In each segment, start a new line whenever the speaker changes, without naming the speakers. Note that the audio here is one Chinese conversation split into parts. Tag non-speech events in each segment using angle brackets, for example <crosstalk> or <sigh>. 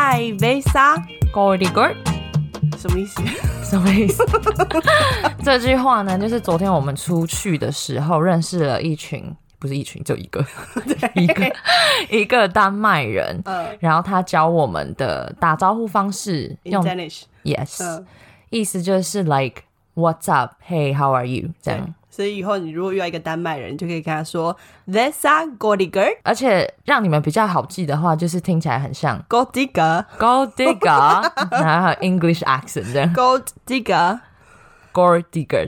Vesa，
Go d i g o r
什么意思？
什么意思？这句话呢，就是昨天我们出去的时候认识了一群，不是一群，就一个， <laughs> 一个一个丹麦人。
<laughs> 呃
然后他教我们的打招呼方式
，in
用
Danish，
yes，、
嗯，
意思就是 like What's up? Hey, how are you? 这样，
所以以后你如果遇到一个丹麦人，你就可以跟他说 Vesa Godiger
而且让你们比较好记的话，就是听起来很像
Godiger
Gold Digger，然后还有 English accent 这样
Gold Digger，
Gold Digger。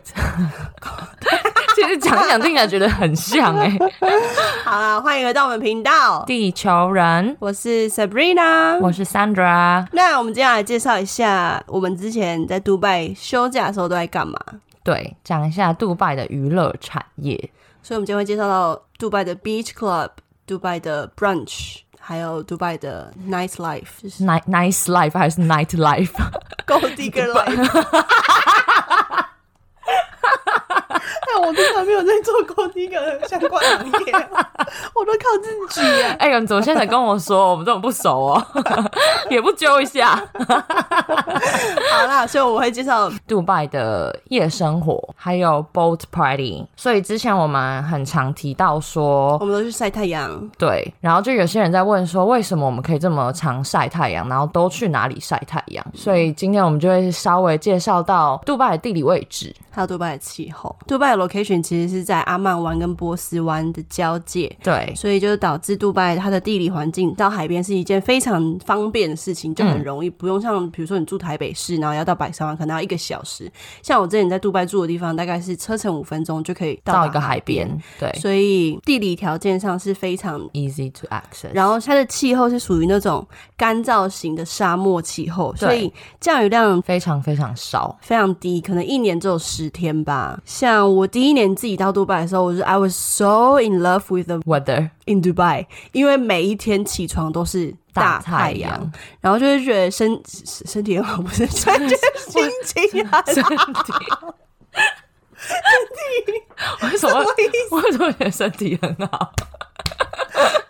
其实讲一讲听起来觉得很像哎、
<laughs> 好啦，欢迎回到我们频道，
地球人，
我是 Sabrina，
我是 Sandra。
那我们接下来介绍一下我们之前在杜拜休假的时候都在干嘛。
对，讲一下杜拜的娱乐产业。
所以我们今天会介绍到杜拜的 Beach Club、杜拜的 Brunch，还有杜拜的 Night Life，就是
Night Nice Life 还是 Night Life？ <laughs>
Gold Digger Life。哎，我真的没有在做 Gold Digger 相关行业，我都靠自己啊。
哎呦，你怎么现在才跟我说？我们这么不熟哦， <laughs> 也不揪一下。
<laughs> 好啦，所以我会介绍
杜拜的夜生活，还有 boat party。所以之前我们很常提到
我
说，
们都去晒太阳，
对，然后就有些人在问说，为什么我们可以这么常晒太阳，然后都去哪里晒太阳？所以今天我们就会稍微介绍到杜拜的地理位置。
还有杜拜的气候。杜拜的 location 其实是在阿曼湾跟波斯湾的交界，
对，
所以就是导致杜拜它的地理环境到海边是一件非常方便的事情，就
嗯
很容易，不用像比如说你住台北市，然后要到白沙湾可能要一个小时。像我之前在杜拜住的地方，大概是车程五分钟就可以
到
到
一个海边，，对
所以地理条件上是非常。
，easy to access。
然后它的气候是属于那种干燥型的沙漠气候，所以降雨量
非常非常少。
非常低，可能一年只有十天吧。像我第一年自己到杜拜的时候，我是 I was so in love with the
Weather
in Dubai，因为每一天起床都是大太阳，，然后就会觉得身身身体很好，不是感
<laughs>
觉心情很好。
身体，身体， <laughs> 为什么？为什么你的身体很好？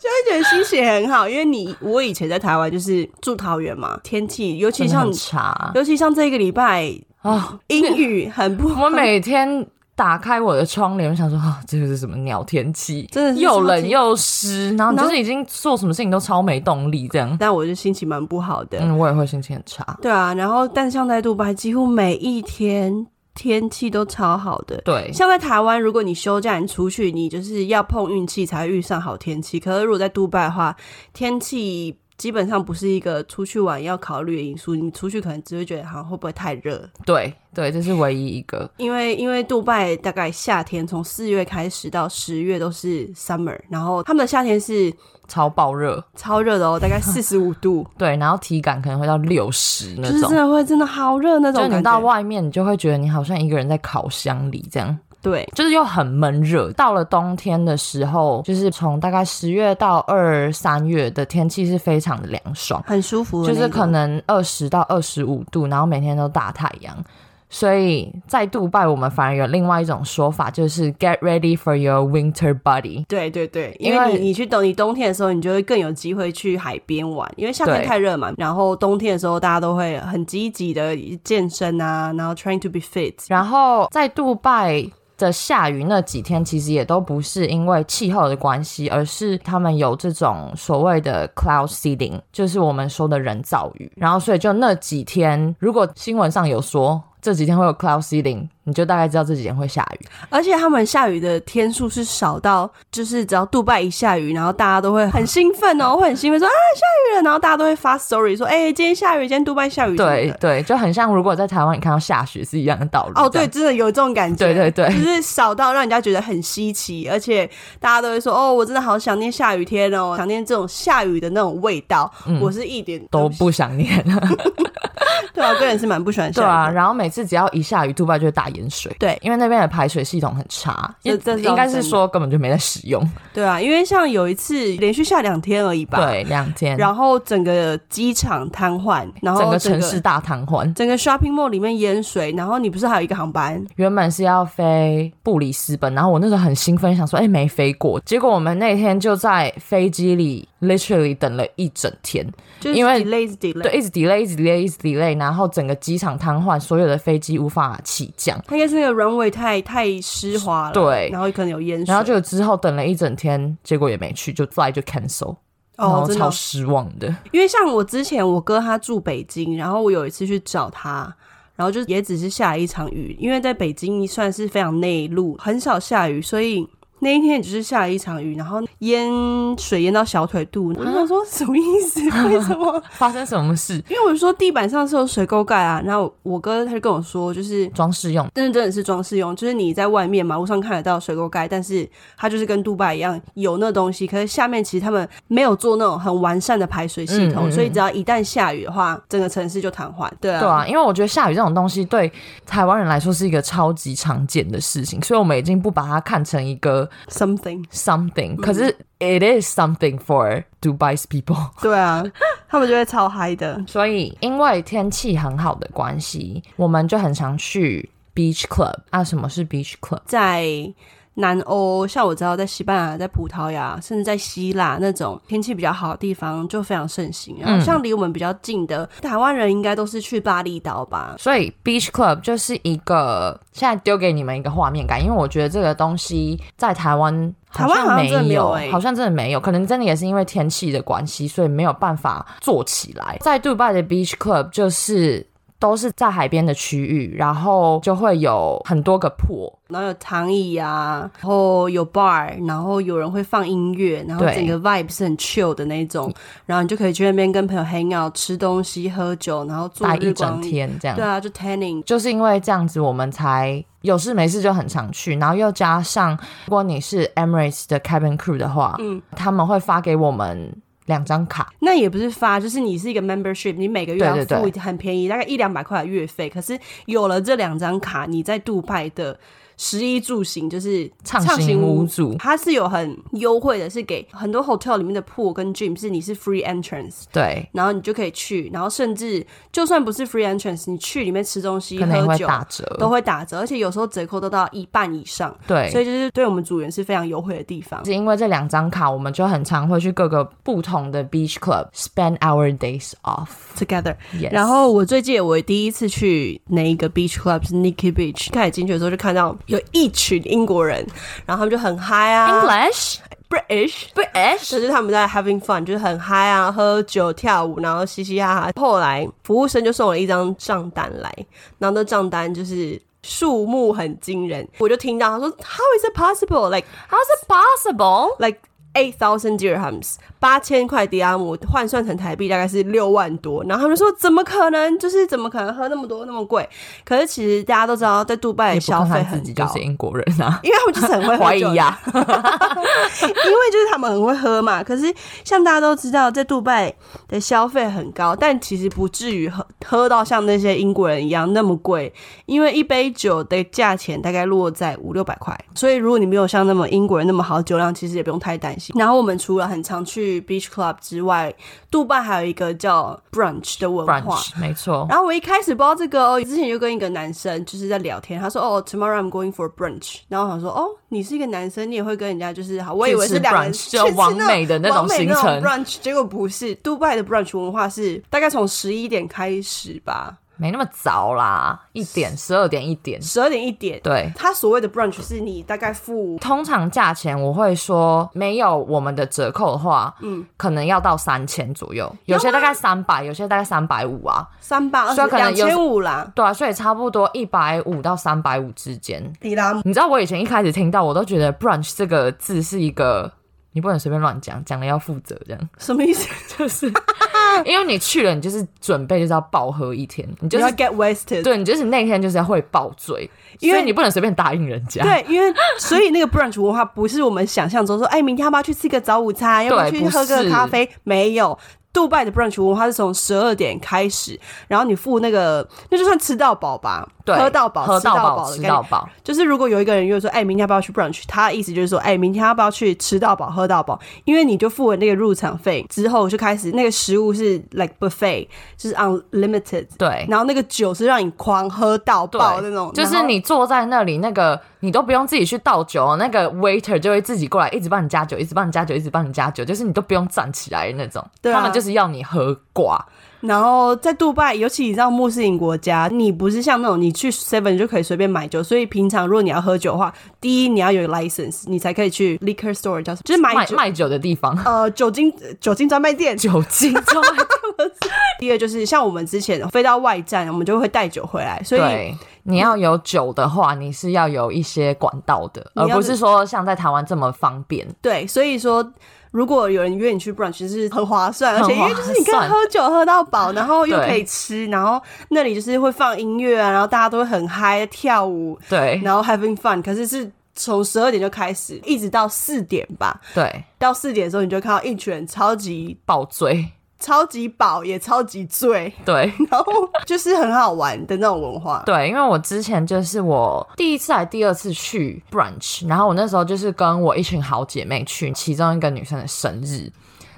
就会觉得心情很好，因为你我以前在台湾就是住桃园嘛，天气尤其
真的
像
很差
尤其像这一个礼拜
啊！
阴雨很不
<laughs> 我每天打开我的窗帘，我想说啊，这个是什么鸟天气？
真的是
又
超
冷
级
又湿，然后你
然
就
后
是已经做什么事情都超没动力这样。
但我就心情蛮不好的。
嗯，我也会心情很差。
对啊，然后但像在杜拜，几乎每一天天气都超好的，
对，
像在台湾，如果你休假，你出去，你就是要碰运气才会遇上好天气。可是如果在杜拜的话，天气基本上不是一个出去玩要考虑的因素。你出去可能只会觉得，好像会不会太热？
对，对，这是唯一一个。
因为因为杜拜大概夏天从四月开始到十月都是 summer，然后他们的夏天是
超爆热，
超热的哦，大概四十五度，
对，然后体感可能会到六十 <laughs>
就
那
是
种
真，的会真的好热那
就
种
你
感
到
觉。
外面，你就会觉得你好像一个人在烤箱里这样。
对，
就是又很闷热。到了冬天的时候，就是从大概十月到二三月的天气是非常的凉爽，
很舒服的
就
那种，
是可能二十到二十五度，然后每天都大太阳。所以在杜拜，我们反而有另外一种说法，就是 get ready for your winter body。
对对对，
因
因为
为
你你去冬你冬天的时候，你就会更有机会去海边玩，因为夏天
对
太热嘛。然后冬天的时候，大家都会很积极的健身啊，然后 trying to be fit。
然后在杜拜的下雨那几天，其实也都不是因为气候的关系，而是他们有这种所谓的 cloud seeding，就是我们说的人造雨。然后所以就那几天，如果新闻上有说这几天会有 cloud seeding，你就大概知道这几天会下雨。
而且他们下雨的天数是少到，就是只要杜拜一下雨，然后大家都会很兴奋哦，会很兴奋说啊下雨了，然后大家都会发 story 说，哎、今天下雨，今天杜拜下雨。
对。对，就很像如果在台湾你看到下雪是一样的道理。
哦，
这
对，
样
真的有这种感觉。
对对对
就是少到让人家觉得很稀奇，而且大家都会说哦，我真的好想念下雨天哦，
嗯
想念这种下雨的那种味道，我是一点
都不想念。
对啊，个人是蛮不喜欢下
对
雨的。
啊，然后每次只要一下雨，杜拜就会打盐水。
对
因为那边的排水系统很差，
这
因
这是
应该是
真的
说根本就没在使用。
对啊，因为像有一次连续下两天而已吧，
对，两天，
然后整个机场瘫痪，然后
整个城市大瘫痪。
整个 shopping mall 里面淹水，然后你不是还有一个航班？
原本是要飞布里斯本，然后我那时候很兴奋，想说哎、没飞过，结果我们那天就在飞机里 literally 等了一整天，
就是
因为
delay 是 delay，
对，一直 delay，一直 delay，一直 delay，然后整个机场瘫痪，所有的飞机无法起降，
它应该是那个 runway 太太湿滑了，
对
然后可能有淹水，
呃然后就之后等了一整天，结果也没去，就后来就 cancel，、然
哦，
后
真的
超
哦，
失望的。
因为像我之前我哥他住北京，然后我有一次去找他。然后就也只是下了一场雨，因为在北京算是非常内陆，很少下雨，所以那一天也只是下了一场雨，然后淹水淹到小腿肚。我就想说什么意思？为什么？
发生什么事？
因为我说地板上是有水沟盖啊，然后我哥他就跟我说，就是
装饰用
真的真的是装饰用，就是你在外面马路上看得到水沟盖，但是它就是跟杜拜一样有那东西，可是下面其实他们没有做那种很完善的排水系
嗯
统，
嗯嗯
所以只要一旦下雨的话，整个城市就瘫痪。对啊，
对啊，因为我觉得下雨这种东西对台湾人来说是一个超级常见的事情，所以我们已经不把它看成一个
s o m e t h i n g
something，可是 it is something for Dubai's people。
对啊，他们就会超嗨的。
所以因为天气很好的关系，我们就很常去 beach club。啊，什么是 beach club？
在南欧，像我知道在西班牙、在葡萄牙，甚至在希腊那种天气比较好的地方就非常盛行。
嗯
然后像离我们比较近的台湾人，应该都是去巴厘岛吧？
所以 beach club 就是一个现在丢给你们一个画面感，因为我觉得这个东西在台湾。
台湾好像
没
真的没有欸
好像真的没有，可能真的也是因为天气的关系，所以没有办法做起来。在杜拜的 beach club 就是都是在海边的区域，然后就会有很多个破，
然后有躺椅啊，然后有 bar，然后有人会放音乐，然后
对
整个 vibe 是很 chill 的那种，然后你就可以去那边跟朋友 hang out，吃东西、喝酒，然后做
待
日
一
光
整
浴。
天这样
对。啊，就 tanning，
就是因为这样子，我们才有事没事就很常去，然后又加上如果你是 Emirates 的 cabin crew 的话，
嗯
他们会发给我们两张卡，
那也不是发，就是你是一个 membership，你每个月要
对对
付
对
很便宜，大概一两百块的月费。可是有了这两张卡，你在杜拜的食衣住行就是
畅
行
行
无
无阻。
它是有很优惠的，是给很多 hotel 里面的 pool 跟 gym 是你是 free entrance，
对，
然后你就可以去，然后甚至就算不是 free entrance，你去里面吃东西、
可能也
喝
会
酒
打
都
折。
会打折，而且有时候折扣都到一半以上，所
对，
以就是对我们组员是非常优惠的地方。
是因为这两张卡，我们就很常会去各个不同的 beach club spend our days off。
Together，、
Yes
然后我最记得我第一次去那一个 beach club 是 Nikki Beach，开始进去的时候就看到有一群英国人，然后他们就很嗨啊
English
，British，
British，
就是他们在 having fun，就是很嗨啊，喝酒跳舞，然后嘻嘻哈哈。后来服务生就送我一张账单来，然后那账单就是数目很惊人，我就听到他说 How is it possible? Like
how's it possible？
like eight thousand dirhams，八千块迪拉姆换算成台币大概是六万多。然后他们说怎么可能？就是怎么可能喝那么多那么贵？可是其实大家都知道，在杜拜
也不
的消
看
费
看自
很
己就
高
是。英国人啊，
因为他们就是很 <laughs> 会喝
<laughs>
酒
怀疑呀、啊。
<laughs> 因为就是他们很会喝嘛。可是像大家都知道，在杜拜的消费很高，但其实不至于喝喝到像那些英国人一样那么贵，因为一杯酒的价钱大概落在五六百块。所以如果你没有像那么英国人那么好酒量，其实也不用太担心。然后我们除了很常去 beach club 之外，杜拜还有一个叫 brunch 的文化。
brunch 没错，
然后我一开始不知道这个哦，之前就跟一个男生就是在聊天，他说哦，tomorrow I'm going for brunch，然后我想说哦，你是一个男生，你也会跟人家就是好，我以为是两个人
去吃
去吃那
brunch，就完美的那种
完美那
行程
brunch，结果不是，杜拜的 brunch 文化是大概从十一点开始吧，
没那么早啦，一点、十二点、一点，
十二点一点，
对。
他所谓的 brunch 是你大概付
通常价钱我会说，没有我们的折扣的话，嗯，可能要到三千左右，有些大概三百，有些大概三百五啊，
三八二
所以可
两
能有
千五啦，
对啊，所以差不多一百五到三百五之间。
迪拉姆
你知道我以前一开始听到，我都觉得 brunch 这个字是一个你不能随便乱讲，讲了要负责这样，
什么意思？
就是
嗯
因为你去了，你就是准备就是要暴喝一天，你就
你
是
要 get wasted。
对你就是那天就是要会爆醉，
因为
所以你不能随便答应人家。
对，因为所以那个 brunch 文化不是我们想象中说，哎，明天要不要去吃个早午餐，要不要
对
去
不
喝个
是
咖啡？没有，杜拜的 brunch 文化是从十二点开始，然后你付那个，那就算吃到饱吧，
对，
喝到饱，
喝
吃到
饱，
的
吃
概念
到。饱，
就是如果有一个人约说，哎、明天要不要去 brunch？他的意思就是说，哎、明天要不要去吃到饱、喝到饱？因为你就付了那个入场费之后，就开始那个食物是 like buffet，就是 unlimited，
对。
然后那个酒是让你狂喝到爆
对
那种，
就是
然后
你坐在那里，那个你都不用自己去倒酒，哦那个 waiter 就会自己过来，一直帮你加酒，一直帮你加酒，一直帮你加酒，就是你都不用站起来的那种。
对啊
他们就是要你喝挂，
然后在杜拜，尤其你知道穆斯林国家，你不是像那种你去 Seven 就可以随便买酒，所以平常如果你要喝酒的话，第一你要有 license，你才可以去 liquor store 叫什么，就是买
卖
酒。
卖酒的地
<laughs>
方，
呃，酒精酒精专卖店。
酒精专卖店。
第二就是像我们之前飞到外站，我们就会带酒回来，所以
对，你要有酒的话，你是要有一些管道的，
你
而
要
不
是
是说像在台湾这么方便。
对，所以说，如果有人约你去 brunch，就是很划算，而且因为就是你可
很划
以
算
喝酒喝到 <laughs> 饱，然后又
对
可以吃，然后那里就是会放音乐啊，然后大家都会很嗨跳舞，
对
然后 having fun，可是是从十二点就开始，一直到四点吧。
对，
到四点的时候，你就看到一群人超级
爆醉，
超级饱，也超级醉， <laughs>
对。
然后就是很好玩的那种文化。
对，因为我之前就是我第一次还第二次去 brunch，然后我那时候就是跟我一群好姐妹去，其中一个女生的生日，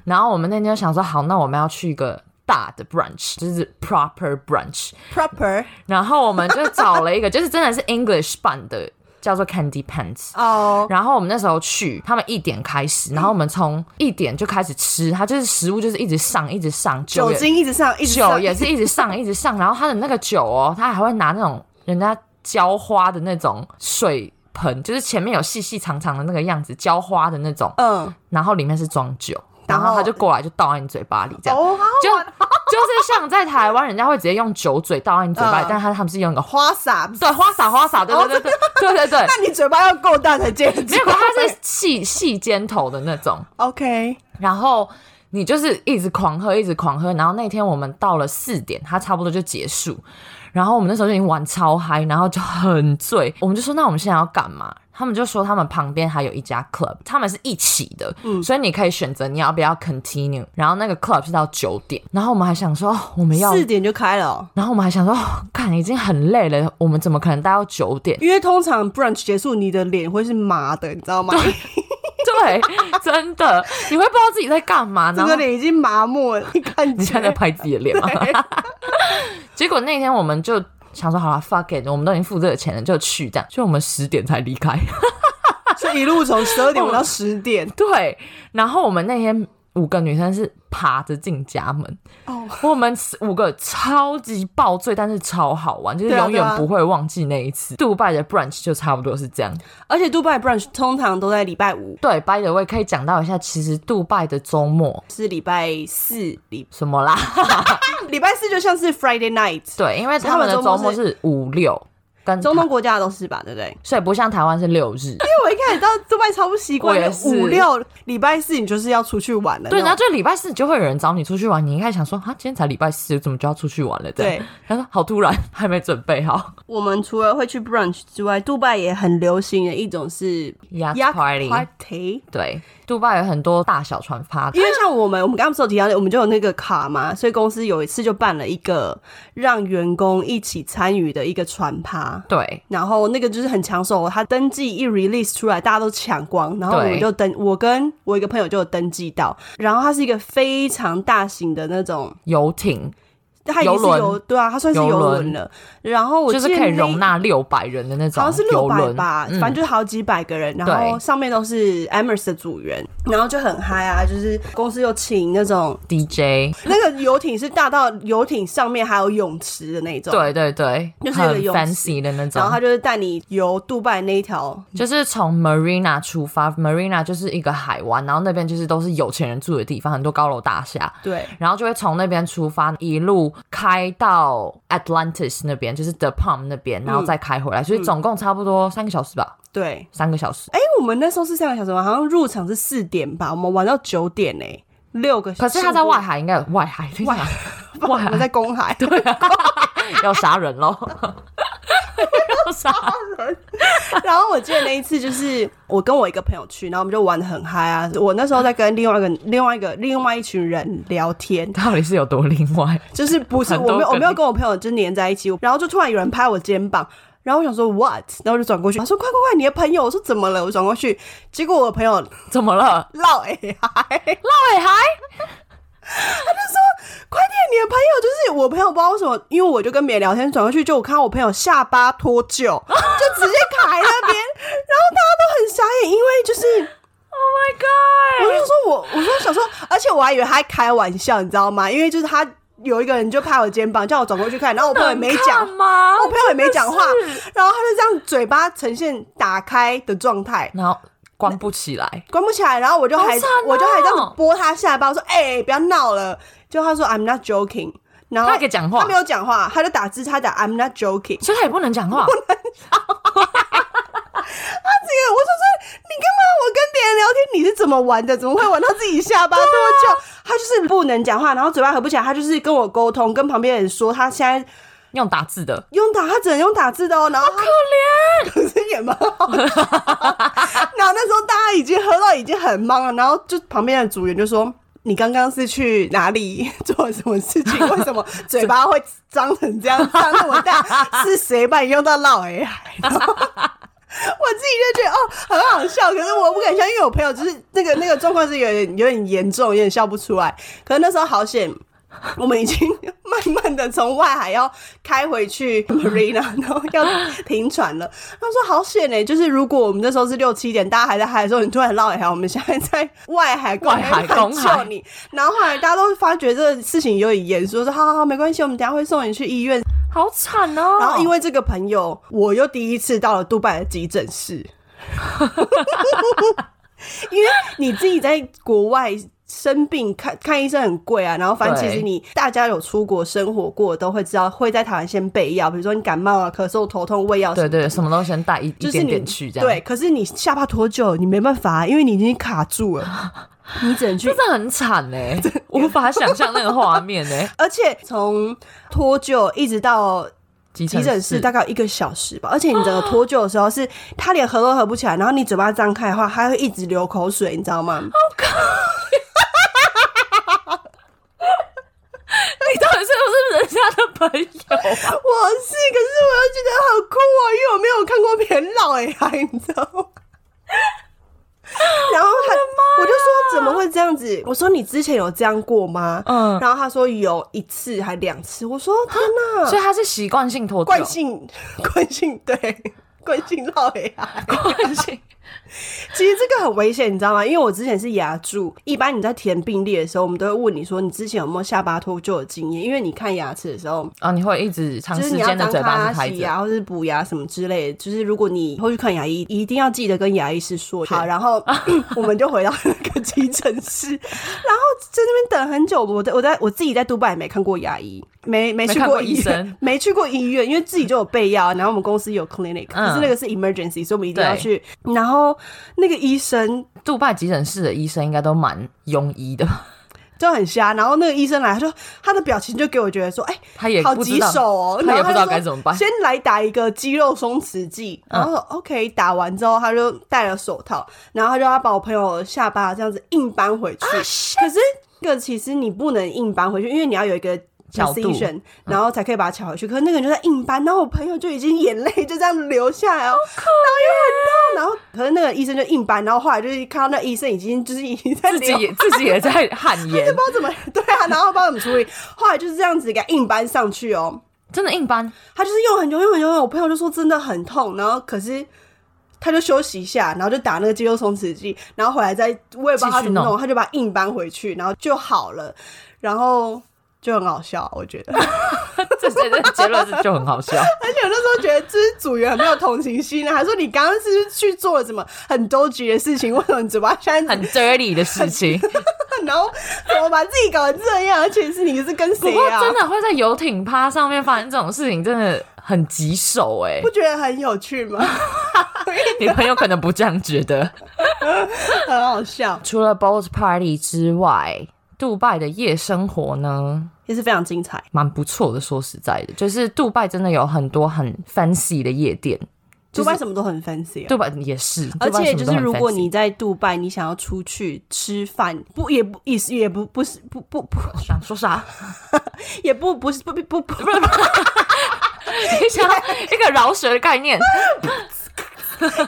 然后我们那天就想说，好，那我们要去一个大的 brunch，就是 proper brunch，
Proper
然后我们就找了一个， <laughs> 就是真的是 English 版的，叫做 Candy Pants。
哦，
然后我们那时候去，他们一点开始，然后我们从一点就开始吃，它就是食物就是一直上，一直上，
酒
也
精一直上，一直
酒
上，
也是一直上，一直上。然后他的那个酒哦，他还会拿那种人家浇花的那种水盆，就是前面有细细长长的那个样子，浇花的那种，
嗯，
然后里面是装酒，
然
然
后
后他就过来就倒在你嘴巴里，这样、
哦，好
就 <laughs> 就是像在台湾人家会直接用酒嘴倒在你嘴巴里，
嗯
但他他们是用一个花
花洒。
对花洒花洒，对对对对对对
<laughs>
对。
那你嘴巴要够大才接得住
没有，它是细细尖头的那种，
OK，
然后你就是一直狂喝，一直狂喝。然后那天我们到了四点，它差不多就结束。然后我们那时候就已经玩超嗨，然后就很醉。我们就说，那我们现在要干嘛？他们就说他们旁边还有一家 club，他们是一起的，
嗯
所以你可以选择你要不要 continue。然后那个 club 是到九点，然后我们还想说哦我们要，
四点就开了、哦。
然后我们还想说，哦看已经很累了，我们怎么可能待到九点？ <laughs>
因为通常 brunch 结束，你的脸会是麻的，你知道吗？
对，真的，你会不知道自己在干嘛，
整
然后
个脸已经麻木了，你看
你
起
现在在
来。
拍自己的脸吗？ <laughs> 结果那天我们就想说，好了，fuck it，我们都已经付这个钱了，就去这样。就我们十点才离开。 <laughs>
所以一路从十二点玩到十点，
对，然后我们那天五个女生是爬着进家门，
哦，
我们五个超级爆醉，但是超好玩，就是
对啊
永
对
远
啊
不会忘记那一次。杜拜的 brunch 就差不多是这样。
而且 Dubai brunch 通常都在礼拜五，
对，by the way，可以讲到一下，其实杜拜的周末
是礼拜四礼
什么啦？ <laughs>
礼拜四就像是 Friday night，
对，因为
所以他
他
们
们的
周末
周末
是
是五六跟
中
台
东国家都是吧，对不对？因
所以不像台湾是六日。
为我一开始到 Dubai 超不习惯
我也，是
五六礼拜四你就是要出去玩了，
对，
那
然
种
后就礼拜四就会有人找你出去玩，你一开始想说啊，今天才礼拜四，怎么就要出去玩了？这样
对，
他说好突然，还没准备好。 <laughs>
我们除了会去 brunch 之外，杜拜也很流行的一种是
Yacht
yacht
party
party
对，杜拜有很多大小船趴，
因为像我们，我们刚刚不是有提到，我们就有那个卡嘛，所以公司有一次就办了一个让员工一起参与的一个船趴。
对
然后那个就是很抢手，他登记一 release 出来，大家都抢光，然后我
对
们就登，我跟我一个朋友就有登记到，然后它是一个非常大型的那种，
游艇
它已经是
游轮
游，对啊，它算是游
游轮
轮了。然后我
就是
记得
可以
那
容纳六百人的那种
好像是六
游
百
轮
吧，
嗯
反正就是好几百个人，然后
对
上面都是 Emers 的组员，然后就很嗨啊，就是公司又请那种
DJ，
那个游艇是大到游艇上面还有泳池的那种，，
对对对，
就是有个
很
泳池
fancy 的那种
然后。他就是带你游杜拜那一条，
就是从 Marina 出发，Marina 就是一个海湾，然后那边就是都是有钱人住的地方，很多高楼大厦，
对，
然后就会从那边出发，一路开到 Atlantis 那边，就是 The Palm 那边，然后再开回来，所以总共差不多三个小时吧，
对，
三个小时。
哎、我们那时候是三个小时吗？好像入场是四点吧，我们玩到九点呢、六个小
可
时。
是他在外海应该有外海，外海 <laughs>
我
外
们
海
在公海，
要杀人喽，要杀人。
然后我记得那一次就是我跟我一个朋友去，然后我们就玩的很嗨啊。我那时候在跟另外一个、另外一个、另外一群人聊天，
到底是有多另外？
就是不是
很多
我没有我
个
没有跟我朋友就黏在一起，然后就突然有人拍我肩膀。然后我想说 what，然后我就转过去，他说快快快，你的朋友，我说怎么了？我转过去，结果我的朋友 <laughs>
怎 <laughs> 么了？
绕哎嗨，
那尾还
快点，你的朋友就是我朋友，不知道为什么，因为我就跟别人聊天，转过去就我看到我朋友下巴脱
<laughs>
臼，就直接卡在那边，然后大家都很傻眼，因为就是
，Oh
我
my
就说我，我就想说，而且我还以为他在开玩笑，你知道吗？因为就是他有一个人就拍我肩膀，叫我转过去看，然后我
God！
朋友也没
能
讲
看，吗？
我朋友也没讲话
真的是，
然后他就这样嘴巴呈现打开的状态。
然后关不起来，
关不起来，然后我就还、
好惨哦
我就还这样子拨他下巴，我说：“哎、不要闹了。”就他说：“I'm not joking。”然后
他还可以讲话
他没有讲话，他就打字，他打 “I'm not joking”。
所以他也不能讲话。
这个我说说你干嘛？我跟别人聊天，你是怎么玩的？怎么会玩到自己下巴脱臼？他就是不能讲话，然后嘴巴合不起来，他就是跟我沟通，跟旁边人说他现在
用打字的，
用打，他只能用打字的哦。然后可怜，可是也蛮好笑。 <laughs> 然后那时候大家已经喝到已经很懵了，然后就旁边的组员就说。你刚刚是去哪里做了什么事情？为什么嘴巴会张成这样，张那么大？是谁把你用到老哎 AI？然后我自己就觉得哦，很好笑，可是我不敢笑，因为我朋友就是那个那个状况是有点有点严重，有点笑不出来。可是那时候好险，我们已经 <laughs> 慢慢的从外海要开回去 Marina，然后要停船了。他说好险呢、就是如果我们那时候是六七点，大家还在海的时候，你突然绕海，我们现在在外海公
外海
海
公海
救你。然后后来大家都发觉这个事情有点严肃，说好好好，没关系，我们等一下会送你去医院。
好惨哦。
然后因为这个朋友，我又第一次到了杜拜的急
<laughs>
诊室，因为你自己在国外。生病看看医生很贵啊，然后反正其实
对
你大家有出国生活过都会知道，会在台湾先备药，比如说你感冒啊、咳嗽、头痛、胃药什
对
么的。
对，什么都先带一
就
一
是
点
你
点去，这样
对，，可是你下巴脱臼，你没办法，啊因为你已经卡住
<laughs>
了，你只能去
真的很惨哎，无法想象那个画面哎。
而且从脱臼一直到
急
急诊室
室
大概有一个小时吧，而且你整个脱臼的时候是，它连合都合不起来，然后你嘴巴张开的话，它会一直流口水，你知道吗？
你到底是不是人家的朋友啊？
我是，可是我又觉得好酷哦，因为我没有看过别人老 <laughs> 哎、欸，你知道吗？然后他，我就说怎么会这样子？我说你之前有这样过吗？
嗯
然后他说有一次还两次，我说天哪，
所以他是习惯性脱臼，
惯性 <laughs> 惯性对惯性老哎、欸。
<laughs> 惯性，
其实这个很危险，你知道吗？因为我之前是牙蛀，一般你在填病历的时候，我们都会问你说你之前有没有下巴脱臼的经验，因为你看牙齿的时候，
啊，你会一直长
就是
时
你要
间的
张
嘴巴是开
开洗
着，
啊牙或是补牙什么之类的，就是如果你会去看牙医，一定要记得跟牙医师说。好，
<laughs>
然后我们就回到那个急诊室，然后在那边等很久。我在我在我自己在杜拜也没看过牙医，没没
没
去
看
过
过
医
医
院
生，
没去过医院，因为自己就有备药，然后我们公司有 clinic，
嗯
可是那个是 emergency，所以我们一定要
对
去。然后那个医生
杜拜急诊室的医生应该都蛮庸医的，
就很瞎，然后那个医生来，他说他的表情就给我觉得说，哎、
他也
好
不知
棘
道
手哦，
他也
然后
不知道
就说
该怎么办嗯
先来打一个肌肉松弛剂，然后说 OK，打完之后他就戴了手套，然后他就要把我朋友的下巴这样子硬扳回去，
啊
可是这个其实你不能硬扳回去，因为你要有一个。
角度嗯
position，然后才可以把它抢回去。可是那个人就在硬扳，然后我朋友就已经眼泪就这样流下来哦，然后又很痛。然后可是那个医生就硬扳，然后后来就是看到那医生已经就是已经在
<laughs> 自己
流
也自己也在汗颜，
不知道怎么 <laughs> 对啊，然后不知道怎么处理，后来就是这样子给他硬搬上去哦。
真的硬搬，
他就是用很久，用很久，用很久我朋友就说真的很痛，然后可是他就休息一下，然后就打那个肌肉松弛剂，然后回来再我也不知道他怎么
继续
弄，
弄
他就把它硬搬回去，然后就好了，然后就很好笑，我觉得。 <laughs>
这这这结论是就很好笑。
而且我那时候觉得，就是组员很没有同情心啊，还说你刚刚是不是去做了什么很周局的事情，为什么你嘴巴现在
很 dirty 的事情。
然后怎么把自己搞成这样？而且是你是跟
不
谁
过
啊？
真的会在游艇趴上面发生这种事情，真的很棘手哎、
不觉得很有趣吗？
你朋友可能不这样觉得。
很好笑，
除了 boat party 之外，杜拜的夜生活呢？
也是非常精彩。
蛮不错的，说实在的，就是杜拜真的有很多很 fancy 的夜店，
杜拜什么都很 fancy 啊。
对吧？也是，
而
杜拜
且
什么
就
都
是，
很
如果
fancy
你在杜拜，你想要出去吃饭，不也不也是也不不是不不不 <laughs>
想说啥，
也不不是不不不不 <laughs>
你想要一个饶舌的概念，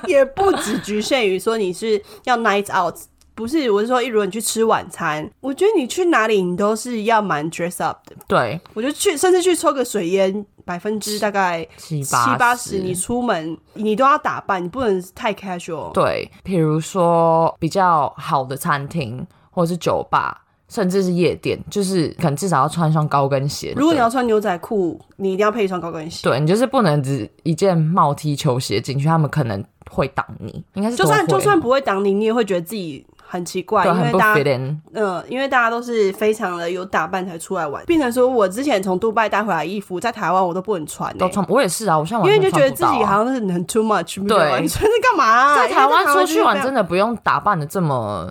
也不只局限于说你是要 night out，不是，我是说，如果你去吃晚餐，我觉得你去哪里你都是要蛮 dress up 的。
对，
我觉得去，甚至去抽个水烟，百分之大概
七
七
八
八十，你出门你都要打扮，你不能太 casual。
对，比如说比较好的餐厅，或是酒吧，甚至是夜店，就是可能至少要穿双高跟鞋。
如果你要穿牛仔裤，你一定要配一双高跟鞋。
对你就是不能只一件帽 T 球鞋进去，他们可能会挡你。应该是
就算
都
就
会
算不会挡你，你也会觉得自己很奇怪，
对啊
因
很
为
不
大家
fit in，
嗯，因为大家都是非常的有打扮才出来玩，变成说我之前从杜拜带回来的衣服，在台湾我都不能穿、欸，
都穿我也是啊，我现在完
因为
全
你就觉得
穿
自
不到啊
己好像是很 too much，不
对
知道你穿这干嘛啊、
在台湾
因为
出去玩
就是
真
比较，
的不用打扮的这么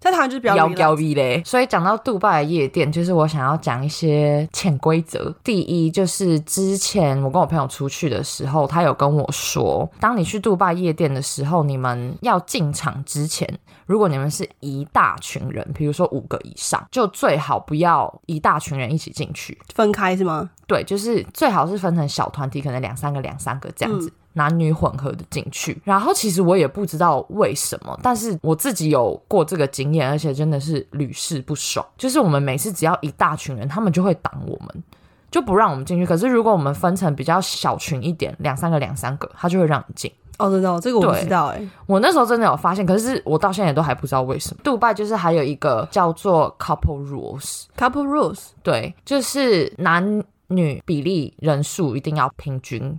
在台湾就是比较
妖
relax
娇逼嘞。所以讲到杜拜的夜店，就是我想要讲一些潜规则。第一就是之前我跟我朋友出去的时候，他有跟我说，当你去杜拜夜店的时候，你们要进场之前，如果你们是一大群人，比如说五个以上，就最好不要一大群人一起进去。
分开是吗？
对，就是最好是分成小团体，可能两三个、两三个这样子。男女混合的进去，然后其实我也不知道为什么，但是我自己有过这个经验，而且真的是屡试不爽。就是我们每次只要一大群人，他们就会挡我们，就不让我们进去。可是如果我们分成比较小群一点，两三个两三个，他就会让你进。
哦，真的哦、这个我不
对
知道哎、
我那时候真的有发现，可是我到现在也都还不知道为什么。杜拜就是还有一个叫做 couple rules，
Couple rules，
对，就是男女比例人数一定要平均。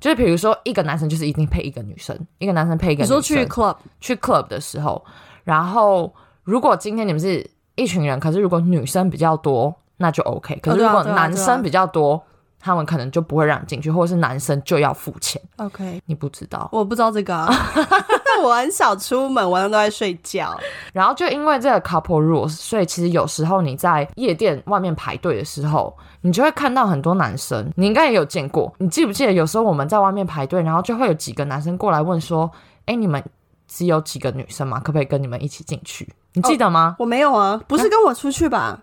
就是比如说，一个男生就是一定配一个女生，一个男生配一个
你
女生。
说去 club
去 club 的时候，然后如果今天你们是一群人，可是如果女生比较多，那就 OK。可是
对啊
如果
对啊
男
对啊
生比较多，他们可能就不会让你进去，或者是男生就要付钱。
，OK，
你不知道，
我不知道这
<laughs>
个、啊，我很少出门，晚上都在睡觉。
然后就因为这个 couple rules，所以其实有时候你在夜店外面排队的时候，你就会看到很多男生，你应该也有见过。你记不记得有时候我们在外面排队，然后就会有几个男生过来问说：“哎，你们只有几个女生吗？可不可以跟你们一起进去？”你记得吗？
我没有啊，不是跟我出去吧？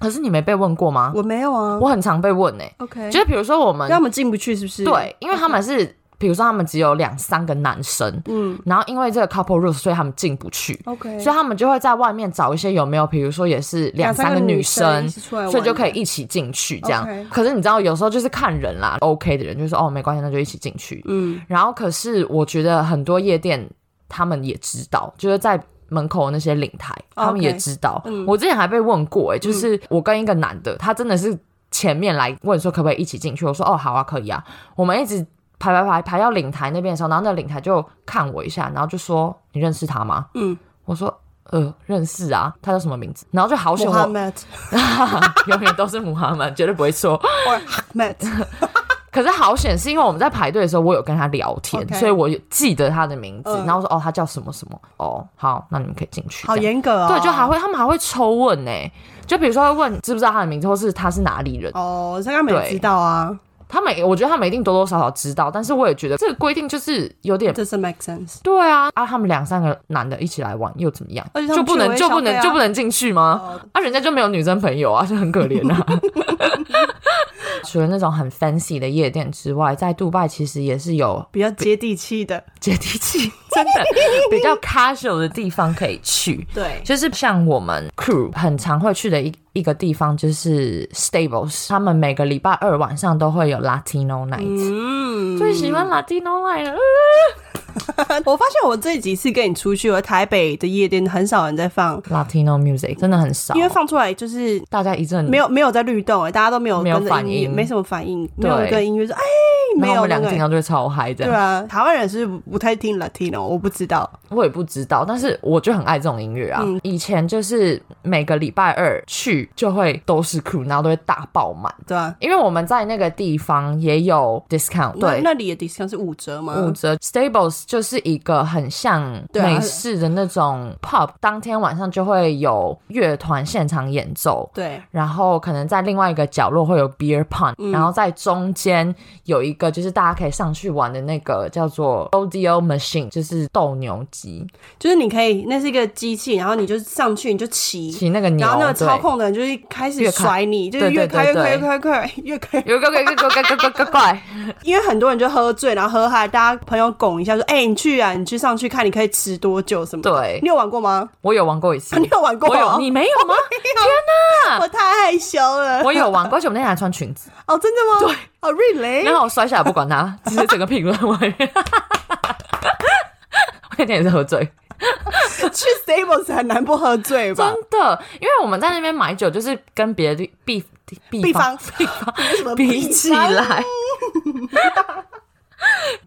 可是你没被问过吗？
我没有啊
我很常被问呢、
，OK，
就是比如说我们
让他们进不去是不是？，
对，因为他们是，比如说他们只有两三个男生，
嗯
然后因为这个 couple rules，所以他们进不去，
，OK，
所以他们就会在外面找一些有没有，比如说也是两
三
三个
女
女生
一。起出来玩
所以就可以一起进去这样
OK
可是你知道，有时候就是看人啦，OK 的人就说哦没关系，那就一起进去。
嗯，
然后可是我觉得很多夜店他们也知道，就是在门口的那些领台，他们也知道。
嗯
我之前还被问过、欸，就是我跟一个男的，他真的是前面来问说可不可以一起进去，我说哦好啊，可以啊。我们一直排排排排到领台那边的时候，然后那领台就看我一下，然后就说你认识他吗？
嗯，
我说。呃，认识啊，他叫什么名字？然后就好险 <laughs>
我
我，
Matt <laughs>
永远都是穆哈曼，绝对不会错。
or
<laughs>
Matt，
可是好险，是因为我们在排队的时候，我有跟他聊天
OK
所以我有记得他的名字。
嗯
然后说哦，他叫什么什么哦，好，啊那你们可以进去。
好
这样
严格哦，
对，就还会他们还会抽问呢、就比如说会问知不知道他的名字，或是他是哪里人。
哦，这个没
对
知道啊
他们我觉得他们一定多多少少知道，但是我也觉得这个规定就是有点。
，doesn't make
<laughs>
sense。
对啊，啊，他们两三个男的一起来玩又怎么样？
而且他
哦就
们
不
去
能
我也
就
消
不
费
能
啊
就不能进去吗？
哦
啊，人家就没有女生朋友啊，就很可怜 <laughs> 啊。除了那种很 fancy 的夜店之外，在杜拜其实也是有
比较接地气的，
接地气， <laughs> 真的比较 casual 的地方可以去。
对，
就是像我们 crew 很常会去的一一个地方，就是 Stables，他们每个礼拜二晚上都会有 Latino night，、
嗯，呃
最喜欢 Latino night 了。
我发现我这几次跟你出去，我台北的夜店很少人在放，
Latino music 真的很少，
因为放出来就是
大家一阵
没有没有在律动、哎，大家都没有
没有
跟着
反
音乐，
应
没什么反应，没有跟音乐说哎，
然
没
后我
有
们
那
两
个、
个听到就会超嗨这
对
样。
啊，台湾人是不不太听 Latino，我不知道，
我也不知道，但是我就很爱这种音乐啊。
嗯
以前就是每个礼拜二去就会都是 crew，然后都会大爆满，
对啊，
因为我们在那个地方也有 discount，
那
对。
那里的 discount 是五折吗？
五折，Stables 就是一个很像
对啊
美式的那种 pub，当天晚上就会有乐团现场演奏，
对，
然后可能在另外一个角落会有 beer pong，、然后在中间有一个个就是大家可以上去玩的那个叫做 Rodeo Machine，就是斗牛机，
就是你可以，那是一个机器，然后你就上去你就骑，
骑那个牛，
然后那个
对
操控的人就是开始
越开
甩你，就是越
对对
开越
对
快越
对
开越快越开，
有个怪怪怪怪怪怪怪怪，
因为很多人就喝醉，然后喝嗨，大家朋友拱一下说：“哎、你去啊，你去上去看你可以吃多久什么的。”
对
你有玩过吗？ <laughs>
我有玩过一次
啊，你，有玩过？
我有，你没有吗？
我太害羞了。
我有玩过，而且我那天还穿裙子，
哦，真的吗？对，哦，really？
然后我摔下来不管它，只是整个评论 <laughs> 外面。我那天也是喝醉，
去 Stables 很难不喝醉
真？
吧
的，因为我们在那边买酒，就是跟别的地地地
地
地
方
方
<laughs> 有什么
比起
方，
来，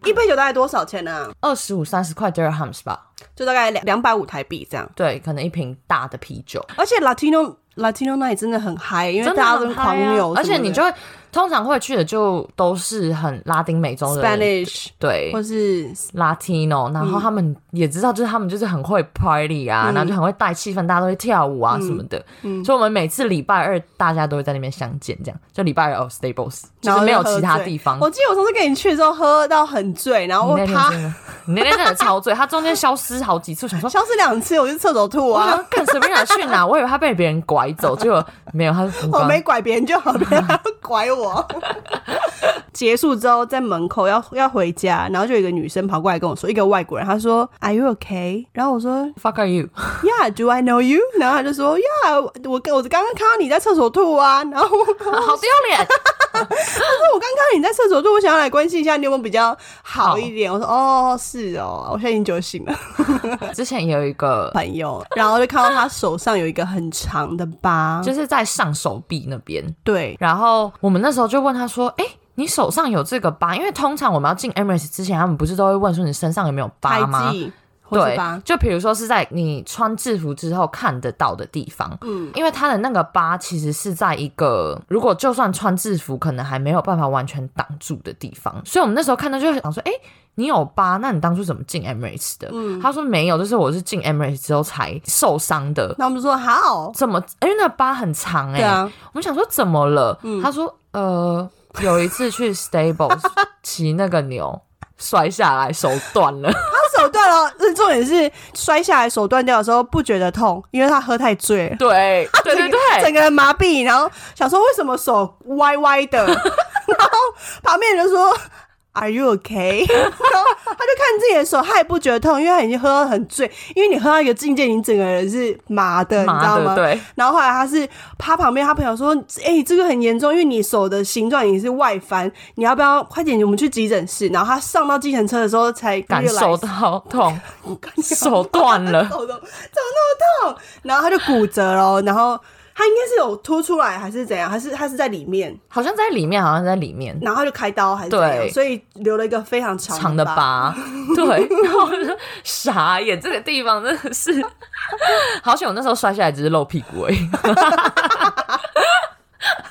一杯酒大概多少钱呢、
二十五三十块 dirhams 吧，
就大概两两百五台币这样。
对，可能一瓶大的啤酒，
而且 Latino Latino night 真的很嗨，因为
真的
大家都
很
狂
嗨啊
扭什么的、
而且你就会通常会去的就都是很拉丁美洲的人
Spanish
对
或是
Latino，然后
嗯
他们也知道，就是他们就是很会 party 啊，然后就很会带气氛，大家都会跳舞
嗯
啊什么的。所以我们每次礼拜二大家都会在那边相见，这样就礼拜二哦 stables，就
然
是
后就
没有
喝
其他
醉
地方。
我记得我上次跟你去的时候喝到很醉，然后
你那天
他
真的，你那天真的超醉，他中间消失好几次，我想说。
消失两次，我去厕所吐
我想
啊，
说干随便 a 去哪？我以为他被别人拐走，结果没有，他是
我没拐别人就好，别人还要 <laughs> 拐我。结束之后，在门口要要回家，然后就有一个女生跑过来跟我说，一个外国人，她说 Are you okay？然后我说
fuck are you？
Yeah，Do I know you？然后她就说 Yeah，我我我刚刚看到你在厕所吐啊，然后我说
好丢脸！
我刚刚看到你在厕所吐，我想要来关心一下你有没有比较好一点。我说哦是哦，我现在已经酒醒了。
之前有一个
朋
<laughs>
友，然后就看到他手上有一个很长的疤，
就是在上手臂那边，
对，
然后我们那时候就问他说：“哎、你手上有这个疤？因为通常我们要进 Emirates 之前，他们不是都会问说你身上有没有疤吗
胎？记或是
对
疤，，
就比如说是在你穿制服之后看得到的地方，嗯，因为他的那个疤其实是在一个如果就算穿制服，可能还没有办法完全挡住的地方，所以我们那时候看到就想说，哎、你有疤，那你当初怎么进 Emirates 的？
嗯
他说没有，就是我是进 Emirates 之后才受伤的。
那我们说好，
怎么？因为那个疤很长哎、
对啊，
我们想说怎么了？
嗯
他说呃，有一次去 stables
<laughs>
骑那个牛摔下来，手断
<laughs>
了。
他手断了，呃重点是摔下来手断掉的时候不觉得痛，因为他喝太醉了，
对 <laughs> 对对
整个整
对，
个人麻痹，然后想说为什么手歪歪
<laughs>
的，然后旁边人就说。Are you okay？然后他就看自己的手，他也不觉得痛，因为他已经喝到很醉。因为你喝到一个境界，你整个人是麻的，你知
麻
道吗
的？对，
然后后来他是他旁边他朋友说：“哎、这个很严重，因为你手的形状也是外翻，你要不要快点？我们去急诊室。”然后他上到计程车的时候才
感受到
<laughs>
痛，手断了
手都怎么那么痛？然后他就骨折了，然后他应该是有凸出来还是怎样？还是他是在里面，
好像在里面，好像在里面。
然后他就开刀还是怎样？
对
所以留了一个非常长
长的
疤。
疤， <laughs> 对，然后我就傻眼，这个地方真的是， <laughs> 好险我那时候摔下来只是露屁股而已。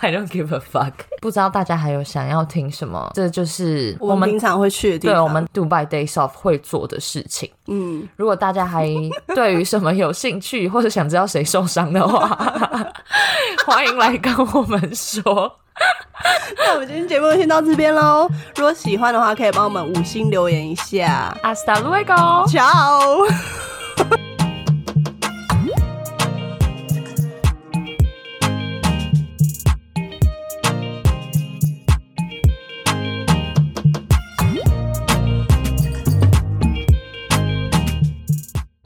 I don't give a fuck。不知道大家还有想要听什么？这就是
我
我
们
们
平常会去的地方，
对我们 Dubai Days Off 会做的事情。
嗯，
如果大家还对于什么有兴趣，或者想知道谁受伤的话， <laughs> 欢迎来跟我们说。
那我们今天节目就先到这边喽。如果喜欢的话，可以帮我们五星留言一下。
Hasta luego。
Ciao。